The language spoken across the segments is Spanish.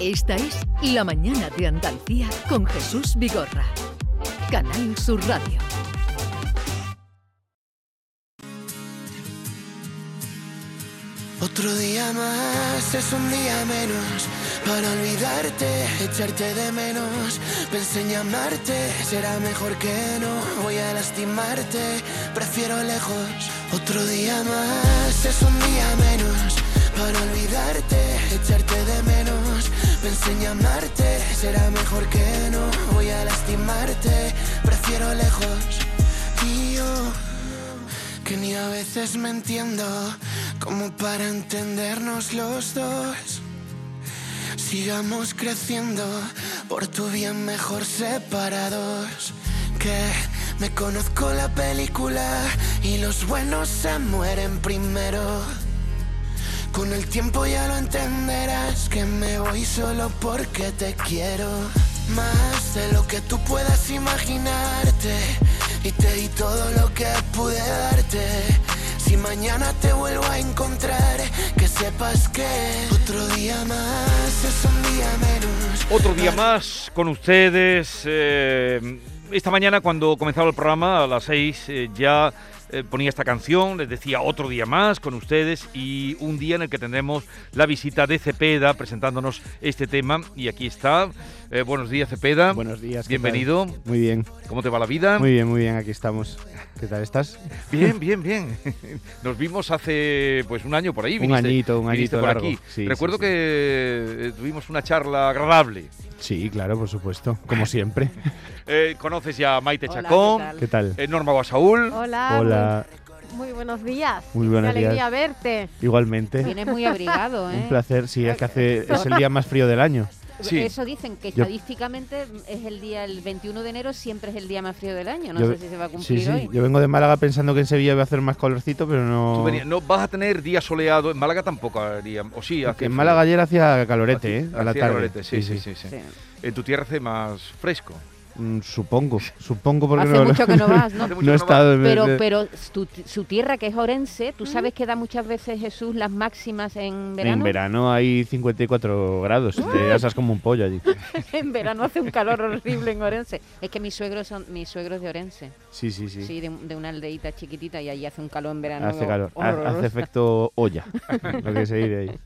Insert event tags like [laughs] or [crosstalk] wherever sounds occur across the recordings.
Esta es La Mañana de Andalucía con Jesús Vigorra. Canal Sur Radio. Otro día más es un día menos para olvidarte, echarte de menos. Pensé en llamarte, será mejor que no. Voy a lastimarte, prefiero lejos. Otro día más es un día menos para olvidarte, echarte de menos. Pensé en llamarte, será mejor que no. Voy a lastimarte, prefiero lejos. Y yo, que ni a veces me entiendo como para entendernos los dos. Sigamos creciendo, por tu bien mejor separados. Que me conozco la película y los buenos se mueren primero. Con el tiempo ya lo entenderás que me voy solo porque te quiero. Más de lo que tú puedas imaginarte y te di todo lo que pude darte. Si mañana te vuelvo a encontrar, que sepas que otro día más es un día menos. Otro día más con ustedes. eh, esta mañana cuando comenzaba el programa a las 6 ya eh, ponía esta canción, les decía otro día más con ustedes y un día en el que tendremos la visita de Cepeda presentándonos este tema y aquí está. Eh, buenos días Cepeda. Buenos días. ¿qué tal? Bienvenido. Ah. Muy bien, ¿Cómo te va la vida? muy bien, muy bien, aquí estamos. ¿Qué tal estás? Bien, bien, bien. [laughs] Nos vimos hace pues un año por ahí. Un añito, un viniste añito por largo. aquí. Sí, Recuerdo sí, sí. que eh, tuvimos una charla agradable. Sí, claro, por supuesto, como siempre. Eh, conoces ya a Maite Hola, Chacón, ¿Qué tal? eh, Norma Guasaúl. Hola. Ah, Hola, Muy, muy buenos días. Muy buenos Qué alegría días. verte. igualmente. Vienes muy abrigado, ¿eh? [laughs] Un placer, sí, es que hace, [laughs] es el día más frío del año. Sí. Eso dicen que Yo- estadísticamente es el día, el 21 de enero siempre es el día más frío del año. No Yo- sé si se va a Sí, cumplir sí, hoy. yo vengo de Málaga pensando que en Sevilla iba a hacer más colorcito, pero Tú no... venías- no vas a tener día soleado. En Málaga tampoco haría. O sí, hace Que en frío. Málaga ayer hacía calorete, ¿eh? Hacía- A la hacía tarde. calorete, Sí, sí, sí, sí. Sí. En tu tierra hace más fresco. Mm, Supongo, supongo porque Hace no, mucho que no [laughs] vas, ¿no? Hace mucho que no no he vas. estado... en- Pero, en- pero su, su tierra, que es Orense, tú sabes que da muchas veces Jesús las máximas en verano. Ah. En verano hay 54 grados, te asas como un pollo allí. [laughs] En verano hace un calor horrible en Orense. Es que mis suegros son mis suegros de Orense, Sí, sí, sí, de, un- de una aldeíta chiquitita y ahí hace un calor en verano. Hace calor, ha- horroroso. hace efecto olla, lo que se dice ahí.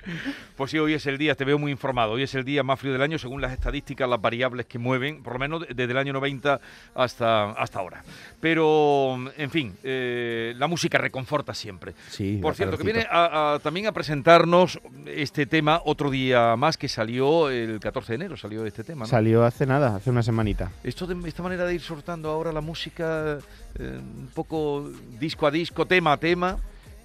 Pues sí, hoy es el día, te veo muy informado, hoy es el día más frío del año según las estadísticas, las variables que mueven, por lo menos de- desde el año 90 hasta, hasta ahora. Pero, en fin, eh, la música reconforta siempre. Sí, Por da cierto, que calorcito. viene a- a- también a presentarnos este tema otro día más que salió el 14 de enero, salió este tema. ¿no? Salió hace nada, hace una semanita. Esto de esta manera de ir sortando ahora la música eh, un poco disco a disco, tema a tema.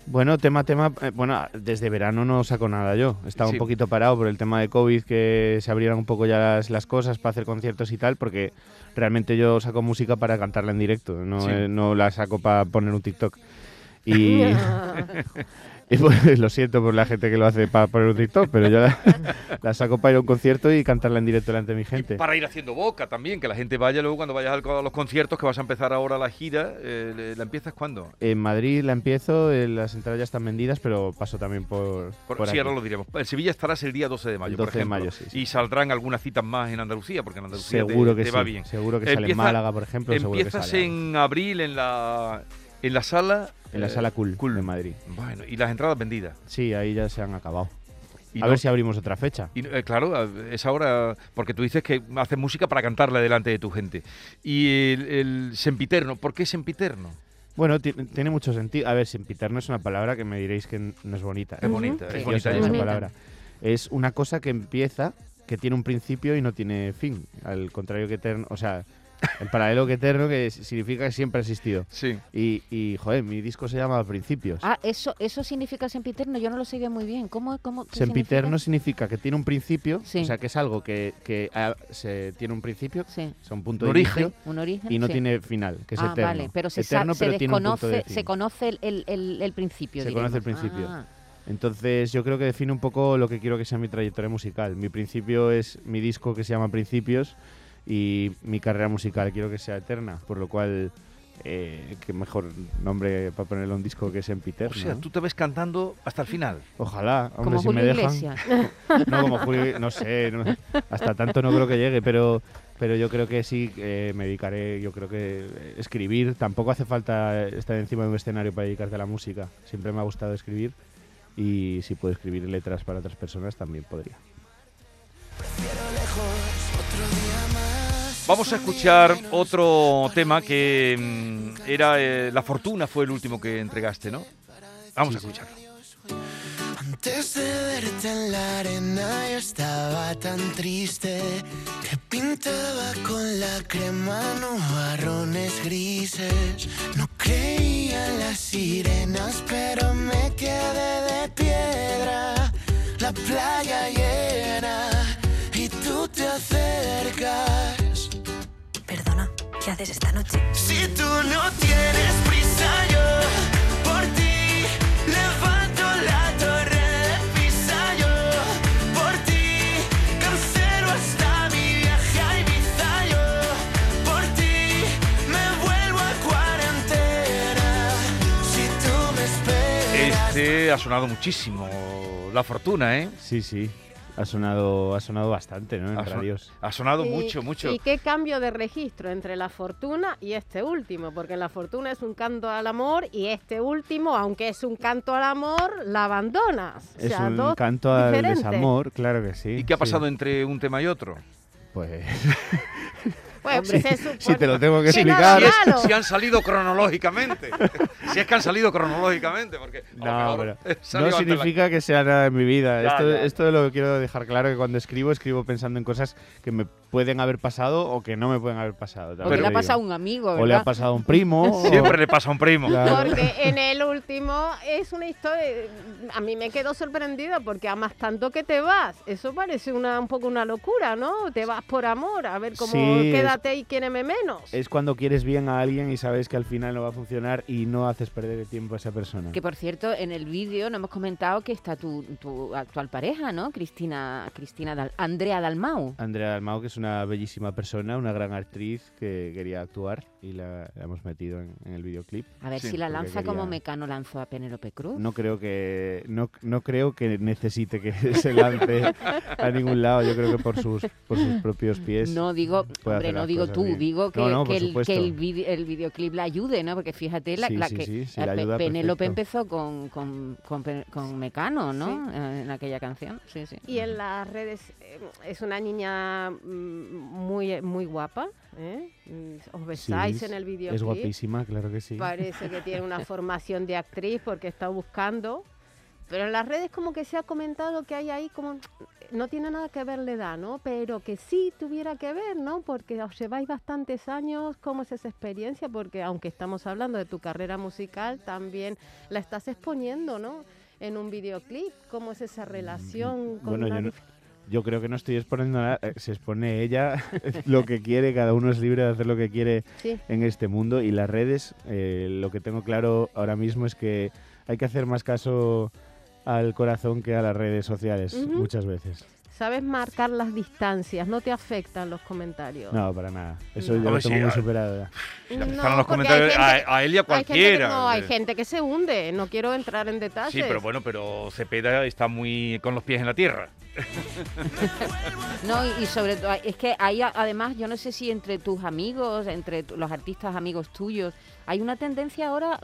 Bueno, tema, tema. eh, bueno, desde verano no saco nada yo. Estaba Sí. un poquito parado por el tema de COVID, que se abrieran un poco ya las, las cosas para hacer conciertos y tal, porque realmente yo saco música para cantarla en directo, no, Sí. eh, no la saco para poner un TikTok. Y, [laughs] y, pues, lo siento por la gente que lo hace para poner un TikTok, pero yo la, [laughs] la saco para ir a un concierto y cantarla en directo delante de mi gente. Para ir haciendo boca también, que la gente vaya luego cuando vayas al- a los conciertos, que vas a empezar ahora la gira. eh, le- ¿La empiezas cuándo? En Madrid la empiezo, eh, las entradas ya están vendidas, pero paso también por. Por, por sí, aquí. ahora lo diremos. En Sevilla estarás el día 12 de mayo, El por 12 de ejemplo, mayo, sí, sí. Y saldrán algunas citas más en Andalucía, porque en Andalucía te- Seguro te, que sí. va bien. Seguro que sale en Empieza- Málaga, por ejemplo. seguro que Empiezas sale. en abril en la, en la sala... En la eh, sala cool, de Madrid. Bueno, y las entradas vendidas. Sí, ahí ya se han acabado. Y a no- ver si abrimos otra fecha. Y, eh, claro, a- es ahora, porque tú dices que haces música para cantarla delante de tu gente. Y el, el sempiterno, ¿por qué sempiterno? Bueno, ti- tiene mucho sentido. A ver, sempiterno es una palabra que me diréis que n- no es bonita. ¿eh? Es bonita, es Sí. bonita. Preciosa esa esa bonita. palabra. Es una cosa que empieza, que tiene un principio y no tiene fin. Al contrario que eterno, o sea, el paralelo que eterno que significa que siempre ha existido. Sí. Y, y, joder, mi disco se llama Principios. Ah, eso, eso significa sempiterno, yo no lo sabía muy bien. ¿Cómo, cómo qué Sempiterno significa que tiene un principio, Sí. o sea, que es algo que, que, ah, se tiene un principio, significa? Sí. o sea, un punto Un de origen. inicio, Un origen. y no sí. tiene final, que es ah, eterno. vale, pero se, sa- eterno, se pero tiene un punto de desconoce, fin. se conoce el, el- el- el principio. Se conoce el diremos. principio. Ah, Entonces yo creo que define un poco lo que quiero que sea mi trayectoria musical. Mi principio es mi disco que se llama Principios y mi carrera musical quiero que sea eterna, por lo cual eh, qué mejor nombre para ponerle a un disco que es en Peter. O sea, ¿no? tú te ves cantando hasta el final. Ojalá, hombre, como si Julio me dejan. Iglesias. [laughs] No, como Julio, no sé, no- hasta tanto no creo que llegue, pero, pero yo creo que sí, eh, me dedicaré, yo creo que eh, escribir, tampoco hace falta estar encima de un escenario para dedicarte a la música, siempre me ha gustado escribir y si puedo escribir letras para otras personas también podría. Prefiero lejos otro día más. Vamos a escuchar otro tema que mm, era eh, La Fortuna, fue el último que entregaste, ¿no? Vamos a escucharlo. Antes de verte en la arena yo estaba tan triste que pintaba con la crema no marrones grises. No creía en las sirenas pero me quedé de piedra. La playa llena y tú te acercas. Perdona, ¿qué haces esta noche? Si tú no tienes prisa, yo por ti levanto la torre de Pisa, yo por ti cancelo hasta mi viaje a Ibiza, yo por ti me vuelvo a cuarentena. Si tú me esperas, Este ha sonado muchísimo, La Fortuna, ¿eh? Sí, sí, ha sonado, ha sonado bastante, ¿no? En Ha, son- radios. ha sonado Y- mucho, mucho. ¿Y qué cambio de registro entre La Fortuna y este último? Porque La Fortuna es un canto al amor y este último, aunque es un canto al amor, la abandonas. O Es sea, un dos canto al diferentes. desamor, claro que sí. ¿Y qué ha sí. pasado entre un tema y otro? Pues [laughs] Pues, Sí, se supone- si te lo tengo que Sí, explicar. Si, es- Claro. Ah, si han salido cronológicamente. [laughs] si es que han salido cronológicamente, porque a lo No, mejor, pero eh, [laughs] salió no antes la- significa que sea nada en mi vida. Ya, esto, ya. esto lo quiero dejar claro que cuando escribo, escribo pensando en cosas que me pueden haber pasado o que no me pueden haber pasado. O también que te le ha digo. pasado a un amigo, ¿verdad? O le ha pasado a un [laughs] primo. o- Siempre le pasa a un primo. Claro. Porque en el último es una historia. A mí me quedó sorprendida porque amas tanto que te vas. Eso parece una, un poco una locura, ¿no? Te vas por amor, a ver cómo Sí, es- quédate y quiéreme menos. Es cuando quieres bien a alguien y sabes que al final no va a funcionar y no haces perder el tiempo a esa persona. Que por cierto, en el vídeo no hemos comentado que está tu, tu actual pareja, ¿no? Cristina, Cristina Dal- Andrea Dalmau. Andrea Dalmau, que es una bellísima persona, una gran actriz que quería actuar y la, la hemos metido en, en el videoclip. A ver Sí, si la porque lanza quería- como Mecano lanzó a Penélope Cruz. No creo que no, no creo que necesite que [laughs] se lance a ningún lado. Yo creo que por sus por sus propios pies. No digo, puede hombre, hacer no las digo cosas tú, bien. digo que, No, no, que por el, que supuesto. el, vide- el videoclip la ayude, ¿no? Porque fíjate, la, Sí, la sí, que sí, sí, eh, la Pe- ayuda, Penélope perfecto. empezó con, con, con, Pe- con Mecano, ¿no? Sí. Eh, En aquella canción, sí, sí. Y en las redes eh, es una niña mm, muy, muy guapa. ¿eh? Mm, Os Sí, besáis en el Es videoclip. guapísima, claro que sí. Parece que tiene una formación de actriz porque está buscando. Pero en las redes como que se ha comentado que hay ahí como... No tiene nada que ver la edad, ¿no? Pero que sí tuviera que ver, ¿no? Porque os lleváis bastantes años. ¿Cómo es esa experiencia? Porque aunque estamos hablando de tu carrera musical, también la estás exponiendo, ¿no? En un videoclip. ¿Cómo es esa relación? Mm, con Bueno, una yo, no- dif- yo creo que no estoy exponiendo nada. eh, Se expone ella [laughs] lo que quiere, cada uno es libre de hacer lo que quiere Sí. en este mundo. Y las redes, eh, lo que tengo claro ahora mismo es que hay que hacer más caso al corazón que a las redes sociales Ujú. muchas veces. Sabes marcar las distancias, no te afectan los comentarios. No, para nada. Eso No. yo lo Hombre, tengo sí, muy a- superado. ya. Ya No, empezaron los porque hay comentarios gente que- a, a él y a Hay gente que- cualquiera. no, hay Eh, gente que se hunde, no quiero entrar en detalles. Sí, pero pues, bueno, pero Cepeda está muy con los pies en la tierra. No, y, y sobre todo, es que hay a- además, yo no sé si entre tus amigos, entre tu- los artistas amigos tuyos, hay una tendencia ahora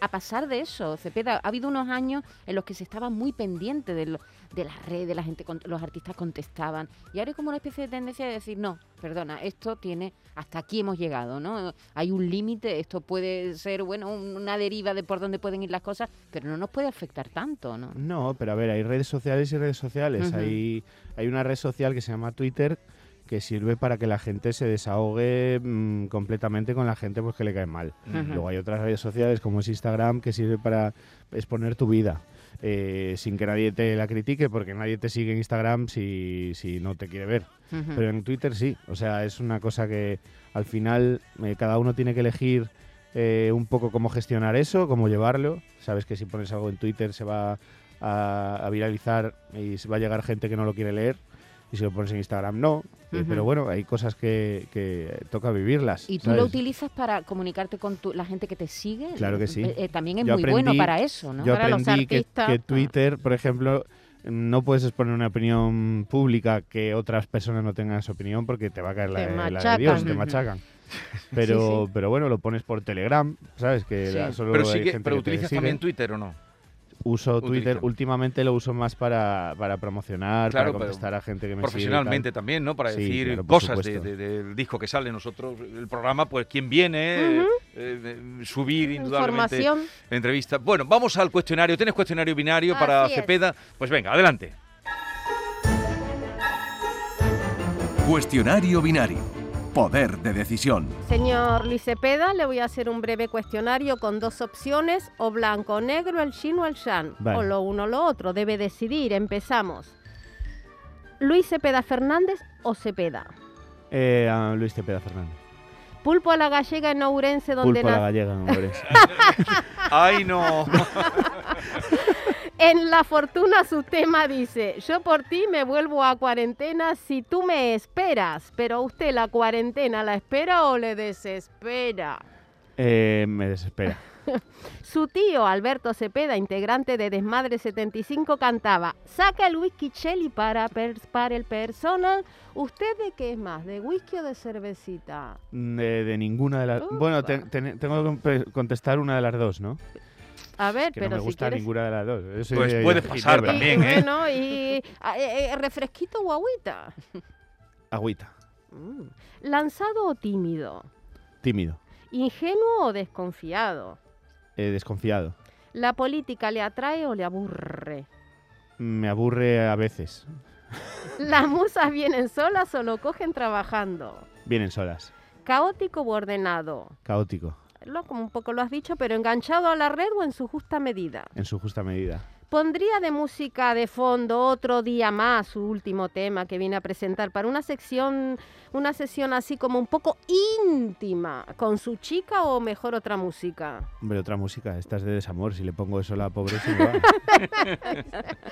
a pasar de eso. Cepeda, ha habido unos años en los que se estaba muy pendiente de, lo- de las redes, la gente, con- los artistas contestaban, y ahora hay como una especie de tendencia de decir, no, perdona, esto tiene, hasta aquí hemos llegado, ¿no? Hay un límite, esto puede ser, bueno, un- una deriva de por dónde pueden ir las cosas, pero no nos puede afectar tanto, ¿no? No, pero a ver, hay redes sociales y redes sociales. Ujú. hay, hay una red social que se llama Twitter que sirve para que la gente se desahogue mm, completamente con la gente pues, que le cae mal. Ujú. Luego hay otras redes sociales como es Instagram que sirve para exponer tu vida. eh, sin que nadie te la critique, porque nadie te sigue en Instagram si, si no te quiere ver. Ujú. Pero en Twitter sí, o sea, es una cosa que al final eh, cada uno tiene que elegir eh, un poco cómo gestionar eso, cómo llevarlo. Sabes que si pones algo en Twitter se va a, a viralizar y se va a llegar gente que no lo quiere leer. y si lo pones en Instagram no. Eh, Ujú. pero bueno, hay cosas que, que toca vivirlas. ¿Y tú ¿sabes? lo utilizas para comunicarte con tu- la gente que te sigue? Claro que sí. Eh, eh, también es Yo muy bueno aprendí- para eso, ¿no? Ah, Yo Para los aprendí que, artistas. ah. que Twitter, por ejemplo, no puedes exponer una opinión pública que otras personas no tengan esa opinión porque te va a caer la, Te de- la de machacan. Dios, te Ujú. [laughs] machacan. Pero, pero bueno, lo pones por Telegram, ¿sabes? Que Sí. la- solo Pero, hay sigue- gente pero que te utilizas sigue. también Twitter o no. Uso Twitter, Utilizas. últimamente lo uso más para, para promocionar, Claro, para pero contestar a gente que me sigue y tal. Profesionalmente también, ¿no? Para Sí, decir claro, por cosas de- supuesto. de- del disco que sale nosotros, el programa, pues quién viene, eh, eh, subir indudablemente Información. entrevistas. Bueno, vamos al cuestionario. ¿Tienes cuestionario binario para Ah, Así es. Cepeda? Pues venga, adelante. Este Cuestionario binario. Poder de decisión. Señor Luis Cepeda, le voy a hacer un breve cuestionario con dos opciones, o blanco o negro, el yin o el yang, Vale. o lo uno o lo otro, debe decidir, empezamos. Luis Cepeda Fernández o Cepeda. Eh, a Luis Tepeda Fernández. Pulpo a la gallega en Ourense, donde Pulpo a la nace- gallega, hombre. [laughs] ¡Ay, no! En La Fortuna su tema dice, yo por ti me vuelvo a cuarentena si tú me esperas, pero usted la cuarentena la espera o le desespera. Eh, me desespera. Su tío Alberto Cepeda, integrante de Desmadre 75, cantaba: Saca el whisky Chelly para, per- para el personal. ¿Usted de qué es más? ¿De whisky o de cervecita? De, de ninguna de las... Ufa. Bueno, te- te- tengo que pe- contestar una de las dos, ¿no? A ver, Que pero no me si gusta quieres. ninguna de las dos. Yo soy Pues de- puedes de pasar Ginebra. también, y, ¿eh? Bueno, y a- eh, eh, refresquito o agüita. Agüita. Mm. ¿Lanzado o tímido? Tímido. ¿Ingenuo o desconfiado? eh, desconfiado. ¿La política le atrae o le aburre? Me aburre a veces. ¿Las musas vienen solas o lo cogen trabajando? Vienen solas. ¿Caótico o ordenado? Caótico. lo- como un poco lo has dicho, pero enganchado a la red o en su justa medida. En su justa medida. Pondría de música de fondo otro día más, su último tema que viene a presentar para una sección, una sesión así como un poco íntima, con su chica o mejor otra música. Hombre, otra música. Esta es de desamor. Si le pongo eso a la pobre, se [laughs] me va.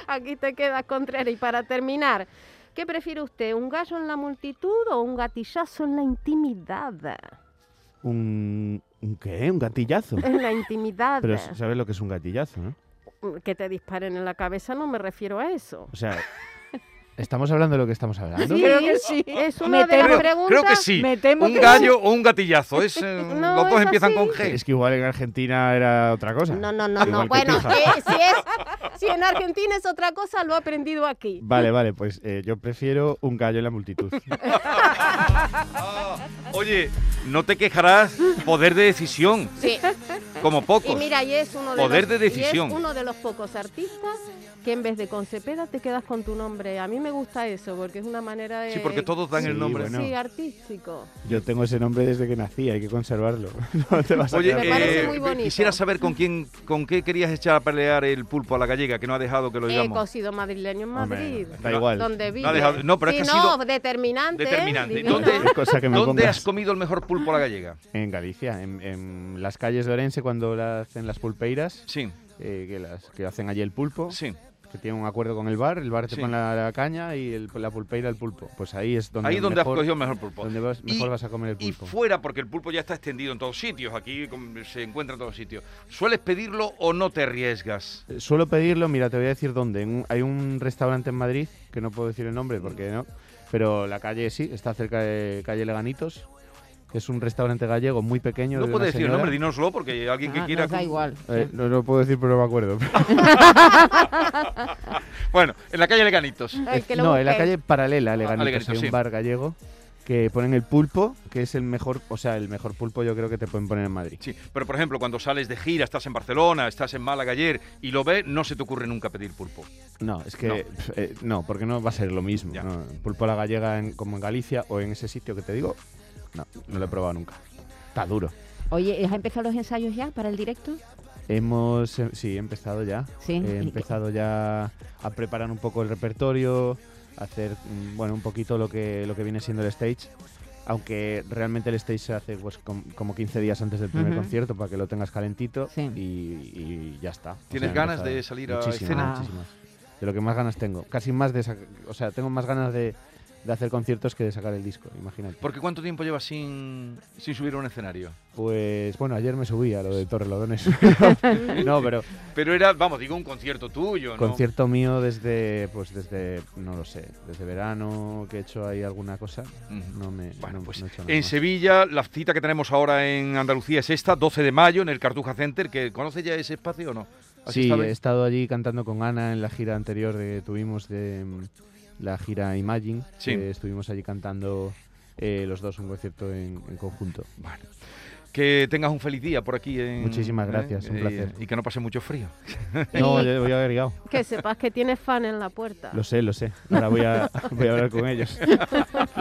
Aquí te quedas Contreras y para terminar, ¿qué prefiere usted, un gallo en la multitud o un gatillazo en la intimidad? ¿Un, ¿Un qué? ¿Un gatillazo? En la intimidad. Pero s- sabes lo que es un gatillazo, ¿no? Que te disparen en la cabeza no me refiero a eso. O sea, ¿estamos hablando de lo que estamos hablando? Sí, Creo que sí. Es Me una de temo- las Creo, preguntas. creo que sí. Me temo Un que gallo o un gatillazo. Es, eh, [laughs] No, los dos es empiezan así. con Es G. que igual en Argentina era otra cosa. No, no, no, Igual no. que Bueno, pija. eh, si, es, si en Argentina es otra cosa, lo he aprendido aquí. Vale, vale, pues eh, yo prefiero un gallo en la multitud. [laughs] Oye, no te quejarás. Poder de decisión, Sí. como Y pocos. mira, y es uno de Poder los, de y es decisión. uno de los pocos artistas que en vez de con Cepeda te quedas con tu nombre. A mí me gusta eso porque es una manera de Sí, porque todos dan Sí, el nombre. bueno. Sí, artístico. Yo tengo ese nombre desde que nací, hay que conservarlo. [laughs] No te vas a Oye, quedar Me eh, con parece él. muy bonito. quisiera saber con quién, con qué querías echar a pelear el pulpo a la gallega, que no ha dejado que lo He digamos. cocido madrileño en Hombre, Madrid. da igual. Donde vive. dejado- no, pero es Sí, que ha sido no, determinante. ¿eh? determinante. divino. ¿Dónde- Es cosa que me ¿Dónde pongas has comido el mejor pulpo a la gallega? en Galicia, en, en las calles de Orense cuando la hacen las pulpeiras, Sí, eh, que, las, que hacen allí el pulpo, sí. que tienen un acuerdo con el bar, el bar te Sí. pone la, la caña y el- la pulpeira el pulpo. Pues ahí es donde, Ahí donde has mejor, cogido el mejor pulpo. donde vas- Y- mejor vas a comer el Y este pulpo. fuera, porque el pulpo ya está extendido en todos sitios, aquí com- se encuentra en todos sitios. ¿Sueles pedirlo o no te arriesgas? Eh, Suelo pedirlo, mira, te voy a decir dónde. En un- hay un restaurante en Madrid, que no puedo decir el nombre porque no, pero la calle sí, está cerca de calle Leganitos. que Es un restaurante gallego muy pequeño. No de puedo una decir el señora. nombre, dínoslo, porque alguien que Ah, quiera... nos da con- igual. Eh, no lo puedo decir, pero no me [laughs] acuerdo. Bueno, en la calle Leganitos. El que lo no, en la busque. calle paralela, a Leganitos, Leganitos, hay un Ah, sí. bar gallego que ponen el pulpo, que es el mejor, o sea, el mejor pulpo yo creo que te pueden poner en Madrid. Sí, pero por ejemplo, cuando sales de gira, estás en Barcelona, estás en Málaga ayer y lo ves, no se te ocurre nunca pedir pulpo. No, es que No. pf, eh, no, porque no va a ser lo mismo. Ya. ¿no? Pulpo a la gallega en- como en Galicia o en ese sitio que te digo, no, no lo he probado nunca. Está duro. Oye, ¿has empezado los ensayos ya para el directo? Hemos, eh, sí, he empezado ya. Sí, ¿y qué? He empezado ya a preparar un poco el repertorio, a hacer, mm, bueno, un poquito lo que, lo que viene siendo el stage. Aunque realmente el stage se hace pues, com- como 15 días antes del primer Ujú. concierto para que lo tengas calentito Sí. y, y ya está. O ¿Tienes he ganas empezado. de salir a Muchísimas, escena? muchísimas. De lo que más ganas tengo. Casi más de esa- O sea, tengo más ganas de, de hacer conciertos que de sacar el disco, imagínate. Porque ¿cuánto tiempo llevas sin, sin subir a un escenario? Pues bueno, ayer me subí a lo de [laughs] Torrelodones. no, pero Pero era, vamos, digo, un concierto tuyo, ¿no? concierto mío desde, pues desde, no lo sé, desde verano que he hecho ahí alguna cosa. Ujú. No me. Bueno, no- pues no he hecho nada en más. Sevilla, la cita que tenemos ahora en Andalucía es esta, 12 de mayo, en el Cartuja Center, que ¿conoces ya ese espacio o no? ¿Has Sí, estado he en- estado allí cantando con Ana en la gira anterior que tuvimos de mm, la gira Imagine. Sí. que estuvimos allí cantando eh, los dos un concierto en, en conjunto. Bueno, que tengas un feliz día por aquí. en- Muchísimas ¿eh? gracias, un Eh, placer. Y que no pase mucho frío. [laughs] No, yo voy a agregado. Que sepas que tienes fan en la puerta. Lo sé, lo sé. Ahora voy a, voy a hablar con [laughs] ellos.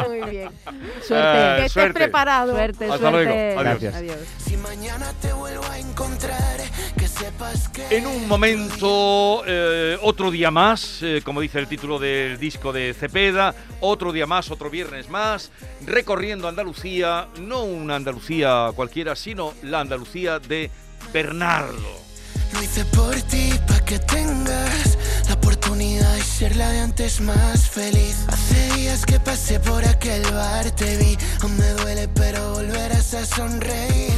Muy [laughs] bien. Eh, que estés suerte. preparado. Suerte, Hasta suerte. luego. Adiós. Gracias. Adiós. Si mañana te vuelvo a encontrar, que sepas que. En un momento, eh, otro día más, eh, como dice el título del disco de Cepeda, otro día más, otro viernes más, recorriendo Andalucía, no una Andalucía cualquiera, sino la Andalucía de Bernardo. Lo hice por ti, pa' que tengas la oportunidad de ser la de antes más feliz. Hace días que pasé por aquel bar, te vi, aún me duele, pero volverás a sonreír.